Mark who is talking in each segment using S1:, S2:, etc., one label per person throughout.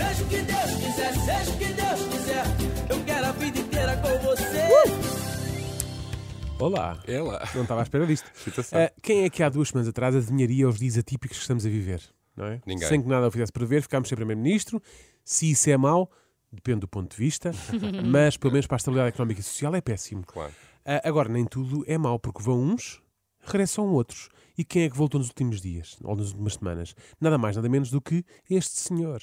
S1: Deus quiser, seja o que Deus quiser. Eu quero a vida inteira com você.
S2: Olá!
S3: Ela.
S2: Não estava à espera disto.
S3: Citação.
S2: Ah, quem é que há duas semanas atrás adivinharia os dias atípicos que estamos a viver? Não é?
S3: Ninguém.
S2: Sem que nada o fizesse prever, ficámos sem Primeiro-Ministro. Se isso é mau, depende do ponto de vista, mas pelo menos para a estabilidade económica e social é péssimo.
S3: Claro.
S2: Ah, agora, nem tudo é mau, porque vão uns, regressam outros. E quem é que voltou nos últimos dias, ou nas últimas semanas? Nada mais, nada menos do que este senhor.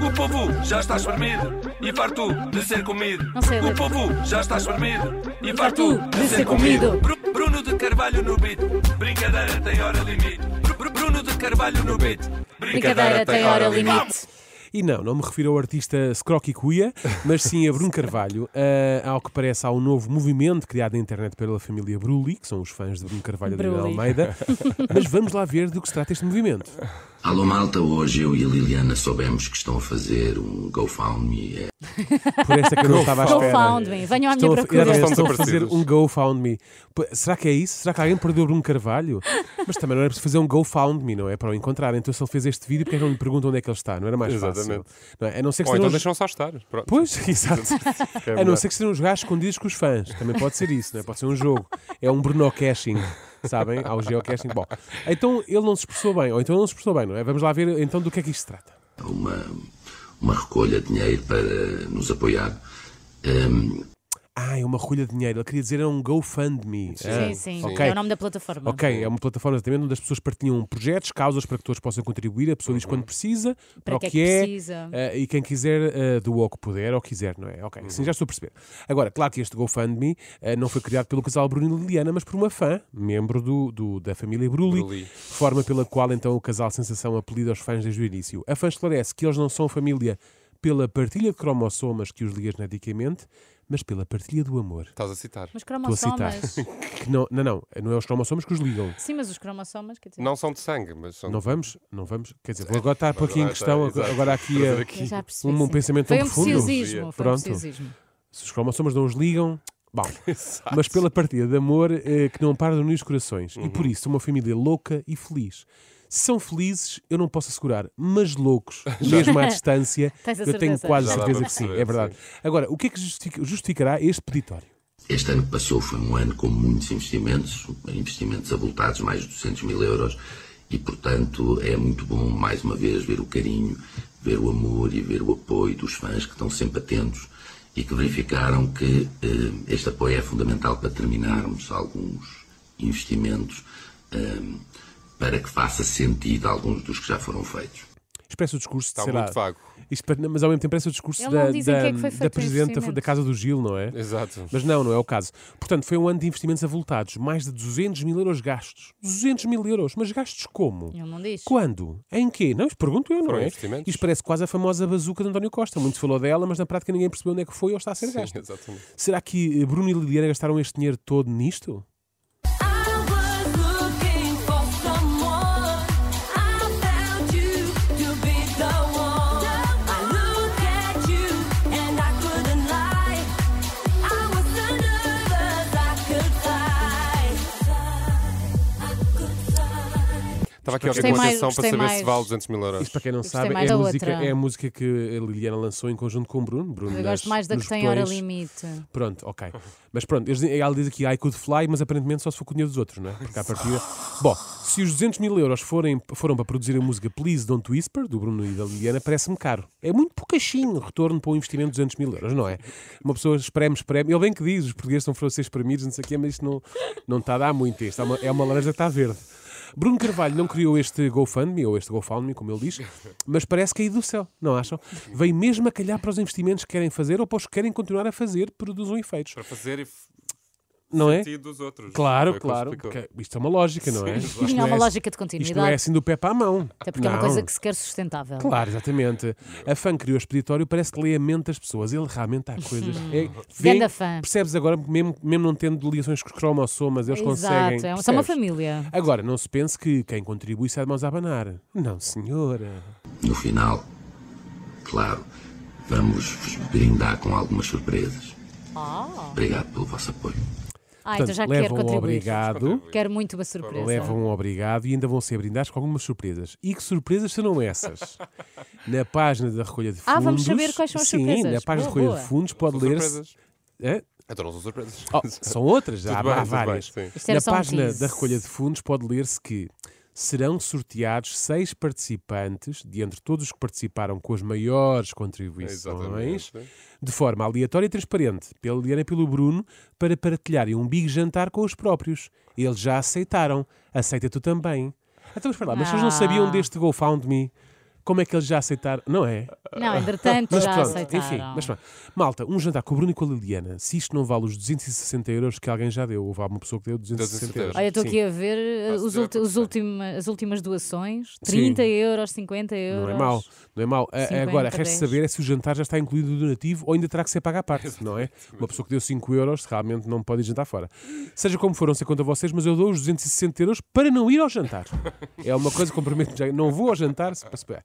S4: O povo já está espremido e farto de ser comido.
S5: Não sei ler.
S4: o povo já está espremido e
S5: farto
S4: farto
S5: de ser comido.
S4: Bru- Bruno de Carvalho no beat. Brincadeira tem hora limite. Bru- Bru- Bruno de Carvalho no beat.
S5: Brincadeira tem hora limite.
S2: E não, não me refiro ao artista Scrocky Cuia, mas sim a Bruno Carvalho, ah, ao que parece há um novo movimento criado na internet pela família Bruli, que são os fãs de Bruno Carvalho e de Adriana
S5: Bruli.
S2: Almeida. Mas vamos lá ver do que se trata este movimento.
S6: Alô malta, hoje eu e a Liliana soubemos que estão a fazer um GoFundMe. É,
S2: Por esta que eu não estava à
S5: Go
S2: espera.
S5: found me. Venham à minha
S2: Estão a,
S5: procura.
S2: exatamente, estão a fazer
S3: desaparecidos.
S2: um GoFundMe. P- Será que é isso? Será que alguém perdeu o Bruno Carvalho? Mas também não era preciso fazer um GoFundMe, não é? Para o encontrar. Então se ele fez este vídeo, porque é que não lhe perguntam onde é que ele está? Não era mais fácil.
S3: Exatamente.
S2: Não é? A não ser que
S3: Ou então
S2: sejam
S3: deixam só estar. Pronto.
S2: Pois, exato.
S3: Que é
S2: a não
S3: melhor.
S2: ser que sejam os gajos escondidos com os fãs. Também pode ser isso, não é? Pode ser um jogo. É um geocaching, sabem? Há o geocaching. Bom, então ele não se expressou bem, ou então ele não se expressou bem, não é? Vamos lá ver então do que é que isto se trata.
S6: uma, uma recolha de dinheiro para nos apoiar. Ehm,
S2: Ah, é uma rolha de dinheiro. Ele queria dizer é um GoFundMe.
S5: Sim,
S2: Ah,
S5: sim.
S2: ok.
S5: É o nome da plataforma.
S2: Ok, é uma plataforma exatamente onde as pessoas partilham projetos, causas para que todos possam contribuir. A pessoa diz quando precisa, para, o
S5: que é
S2: que,
S5: que
S2: é,
S5: precisa.
S2: eh, e quem quiser eh, doa o que puder ou quiser, não é? Ok, sim, já estou a perceber. Agora, claro que este GoFundMe eh, não foi criado pelo casal Bruno e Liliana, mas por uma fã, membro do, do- da família Bruli,
S3: Bruli.
S2: forma pela qual então o casal Sensação apelida aos fãs desde o início. A fã esclarece que eles não são família pela partilha de cromossomas que os liga geneticamente, mas pela partilha do amor.
S3: Estás a citar.
S5: Mas
S2: Estou a citar.
S5: cromossomas.
S2: Que não, não, não, não é os cromossomas que os ligam.
S5: Sim, mas os cromossomas, quer dizer.
S3: Não são de sangue, mas são.
S2: Não vamos, não vamos. Quer dizer, vou agora estar por
S3: Então, É,
S2: aqui
S3: Agora
S2: em
S3: vai
S2: questão,
S3: estar,
S2: agora,
S3: exato.
S2: agora aqui
S3: Trazer
S2: eh,
S3: aqui.
S5: Já percebi,
S2: um,
S5: sim.
S2: pensamento tão
S5: Foi um
S2: profundo.
S5: preciosismo. Foi um
S2: Pronto.
S5: preciosismo.
S2: Se os cromossomas não os ligam, bom. Mas pela partida de amor eh, que não para de unir os corações. E
S3: Uhum.
S2: por isso, uma família louca e feliz. Se são felizes, eu não posso assegurar, mas loucos, mesmo à distância,
S5: Tens a
S2: eu tenho
S5: certeza.
S2: quase
S3: Já dá
S2: certeza
S3: para
S2: que sim,
S3: perceber,
S2: é verdade. Agora, o que é que justifica- justificará este peditório?
S6: Este ano que passou foi um ano com muitos investimentos, investimentos abultados, mais de 200 mil euros, e portanto é muito bom, mais uma vez, ver o carinho, ver o amor e ver o apoio dos fãs que estão sempre atentos e que verificaram que eh, este apoio é fundamental para terminarmos alguns investimentos eh, para que faça sentido alguns dos que já foram feitos.
S2: Expressa o discurso,
S3: Está
S2: sei
S3: tá muito
S2: lá,
S3: vago.
S2: isto para- mas ao mesmo tempo parece o discurso
S5: Ele
S2: da,
S5: não diz em
S2: da,
S5: que é que foi feito
S2: da
S5: o
S2: Presidente da,
S5: investimento.
S2: da Casa do Gil, não é?
S3: Exato.
S2: Mas não, não é o caso. Portanto, foi um ano de investimentos avultados. Mais de 200 mil euros gastos. 200 mil euros. Mas gastos como?
S5: Ele não diz.
S2: Quando? Em quê? Não, isto pergunto eu, não
S3: Foram
S2: é?
S3: investimentos.
S2: Isto parece quase a famosa bazuca de António Costa. Muito se falou dela, mas na prática ninguém percebeu onde é que foi ou está a ser
S3: Sim,
S2: gasto.
S3: exatamente.
S2: Será que eh, Bruno e Liliana gastaram este dinheiro todo nisto?
S3: Estava aqui a ouvir
S5: Gostei
S3: com
S5: mais,
S3: atenção para
S5: gostei
S3: saber se
S5: mais.
S3: vale 200 mil euros.
S2: Isto para quem não
S5: Gostei
S2: sabe,
S5: mais
S2: é a,
S5: da
S2: música,
S5: outra.
S2: é a música que a Liliana lançou em conjunto com o Bruno. Bruno
S5: Eu
S2: nas-
S5: gosto mais da
S2: nos
S5: que tem hora
S2: botões.
S5: limite.
S2: Pronto, ok. Mas pronto, eles- ela diz aqui I could fly, mas aparentemente só se for com o dinheiro dos outros, não é? Porque à partida. Bom, se os 200 mil euros forem, foram para produzir a música Please Don't Whisper, do Bruno e da Liliana, parece-me caro. É muito pouquinho retorno para um investimento de 200 mil euros, não é? Uma pessoa espreme, espreme. Ele bem que diz, os portugueses são franceses espremidos, não sei o quê, mas isto não, não está a dar muito. Isto é uma, é uma laranja que está verde. Bruno Carvalho não criou este GoFundMe, ou este GoFundMe, como ele diz, mas parece cair do céu, não acham? Veio mesmo a calhar para os investimentos que querem fazer ou para os que querem continuar a fazer, produzam efeitos
S3: Para fazer e f-
S2: não é?
S3: sentido dos outros.
S2: Claro,
S3: Foi o que ele
S2: claro.
S3: explicou.
S2: porque isto é uma lógica, não é? Isto
S5: Tinha
S2: não
S5: uma
S2: é-
S5: lógica de
S2: Isto não é
S5: continuidade.
S2: assim do pé para a mão.
S5: Até porque é uma
S2: Não.
S5: coisa que se quer sustentável.
S2: Claro, exatamente. A fã criou o expeditório, parece que lê a mente das pessoas. Ele realmente há coisas. É,
S5: Hum. Ganda fã.
S2: Percebes agora, mesmo, mesmo não tendo ligações com os cromossomas, eles
S5: Exato.
S2: conseguem.
S5: é um- São uma
S2: percebes?
S5: família.
S2: Agora, não se pense que quem contribui
S5: Ah,
S2: sai de mãos a abanar. Não, senhora.
S6: No final, claro, Vamos vos brindar com algumas surpresas.
S5: Oh.
S6: Obrigado pelo vosso apoio.
S5: Ah, então
S2: Portanto,
S5: já quero
S2: levam um
S5: contribuir.
S2: obrigado.
S5: Quero muito uma surpresa.
S2: Levam um obrigado e ainda vão ser brindados com algumas surpresas. E que surpresas serão essas? na página da recolha de fundos.
S5: Ah, vamos saber quais são as
S2: sim,
S5: surpresas.
S2: na página da
S5: Boa,
S2: recolha
S5: boa.
S2: de fundos pode
S3: São
S2: ler-se.
S3: surpresas.
S2: Hã?
S3: Então não são surpresas.
S2: Oh, são outras, há,
S3: Tudo bem,
S2: há
S3: tudo bem,
S2: várias.
S3: sim.
S5: Isto era
S2: Na
S5: só um
S2: página
S5: tease.
S2: da recolha de fundos pode ler-se que serão sorteados seis participantes, de entre todos os que participaram com as maiores contribuições,
S3: Exatamente.
S2: de forma aleatória e transparente, pela Liliana e pelo Bruno, para partilharem um big jantar com os próprios. Eles já aceitaram. Aceita tu também. Então, espera lá, mas eles não
S5: Ah.
S2: sabiam deste GoFundMe? Como é que eles já aceitaram? Não é?
S5: Não, entretanto
S2: Mas
S5: já
S2: pronto,
S5: aceitaram.
S2: enfim, mas pronto. Malta, um jantar com o Bruno e com a Liliana, se isto não vale os 260 euros que alguém já deu, houve alguma pessoa que deu 260 euros.
S3: €.
S5: Olha, estou
S2: Sim.
S5: aqui a ver uh,
S3: Posso
S5: os
S3: dizer,
S5: ulti-
S3: pode
S5: os
S3: ser.
S5: última- as últimas doações: 30 euros, 50 euros.
S2: Não é mau, não é mau. A-
S5: 50,
S2: Agora, resta
S5: 10.
S2: saber é se o jantar já está incluído no donativo ou ainda terá que ser pago à parte, não é? Uma pessoa que deu 5 euros realmente não pode ir jantar fora. Seja como for, não sei quanto a vocês, mas eu dou os 260 euros para não ir ao jantar. É uma coisa que comprometo já. Não vou ao jantar se para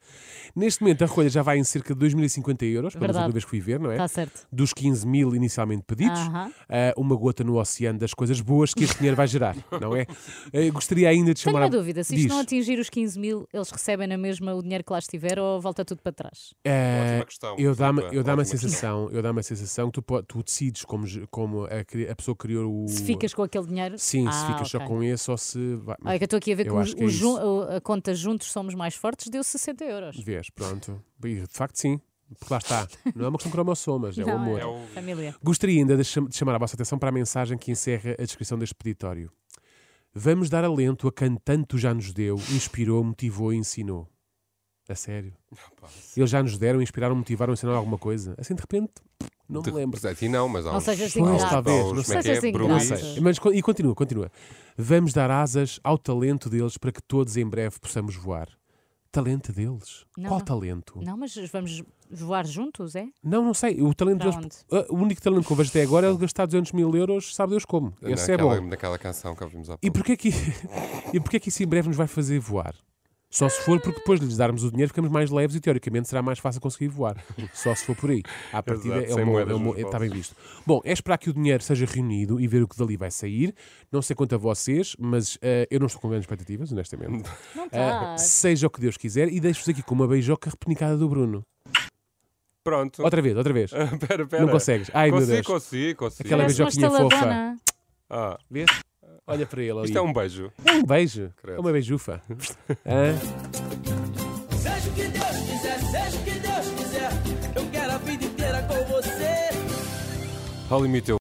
S2: Neste momento, a recolha já vai em cerca de 2.050 euros, pela
S5: Verdade.
S2: última vez que fui ver, não é?
S5: Está certo.
S2: dos 15 mil inicialmente pedidos,
S5: Aham.
S2: eh, uma gota no oceano das coisas boas que este dinheiro vai gerar, não é? Eh, gostaria ainda de
S5: Tenho
S2: chamar.
S5: uma
S2: a-
S5: dúvida: se
S2: Diz.
S5: isto não atingir os 15 mil, eles recebem na mesma o dinheiro que lá estiver ou volta tudo para trás?
S2: Eh,
S3: Ótima é questão,
S2: eu dá-me
S3: Filipa,
S2: eu dá a
S3: ótima
S2: sensação, eu dá-me a sensação que tu, po- tu decides como, ge- como a, cri- a pessoa criou o
S5: É Se ficas com aquele dinheiro.
S2: Sim, se
S5: Ah,
S2: ficas só
S5: ok.
S2: com esse ou se vai.
S5: Olha, que eu estou aqui a ver
S2: Eu
S5: que, o-
S2: acho que
S5: o
S2: é
S5: jun-
S2: isso.
S5: o- a conta Juntos Somos Mais Fortes deu 60 euros.
S2: Vês, pronto. E, de facto, sim. Porque lá está. Não é uma questão de cromossomas, é o amor.
S5: é
S3: o-
S5: família.
S2: Gostaria ainda de cham- de chamar a vossa atenção para a mensagem que encerra a descrição deste peditório. Vamos dar alento a quem tanto já nos deu, inspirou, motivou e ensinou. A sério? Eles já nos deram, inspiraram, motivaram, ensinaram alguma coisa? Assim, de repente, não me lembro.
S3: A ti não, mas há
S5: Não
S3: uns...
S5: sejas
S3: há uns-
S5: ingrato.
S3: há
S2: Talvez,
S3: uns-
S2: não
S3: como é que
S5: sejas
S3: é?
S5: ingrato.
S2: Não
S3: Bruis.
S2: sei.
S5: Isso.
S2: Mas co- e continua, continua. Vamos dar asas ao talento deles para que todos em breve possamos voar. Talento deles?
S5: Não,
S2: Qual
S5: não.
S2: talento?
S5: Não, mas vamos voar juntos, é?
S2: Não, não sei. O, talento
S5: Para
S2: deles, Ah, o único talento que eu vejo até agora é o de gastar 200 mil euros, sabe Deus como. Esse é
S3: Naquela-
S2: bom.
S3: Naquela canção que ouvimos há
S2: E
S3: pouco.
S2: porquê, que, e porquê que isso em breve nos vai fazer voar? Só se for porque depois de lhes darmos o dinheiro ficamos mais leves e teoricamente será mais fácil conseguir voar. Só se for por aí. À partida
S3: Exato,
S2: é uma,
S3: sem
S2: é
S3: moedas
S2: uma,
S3: nos
S2: está
S3: bolsos.
S2: bem visto. Bom, é esperar que o dinheiro seja reunido e ver o que dali vai sair. Não sei quanto a vocês, mas eh, eu não estou com grandes expectativas, honestamente.
S5: Não
S2: Eh,
S5: está.
S2: seja o que Deus quiser e deixo-vos aqui com uma beijoca repenicada do Bruno.
S3: Pronto.
S2: Outra vez, outra vez.
S3: Pera, pera.
S2: Oh, Não consegues. Ai, meu
S3: Consigo,
S2: Deus.
S3: consigo, consigo.
S2: Aquela
S5: Parece uma
S2: beijoquinha fofa.
S5: estaladona.
S3: Ah,
S2: Vês? Olha para ele ali.
S3: isto é um beijo.
S2: É um beijo.
S3: Credo.
S2: É uma beijufa. Hã?
S1: Seja o que Deus quiser, seja o que Deus quiser, eu quero a vida inteira com você.
S3: Ao limite, eu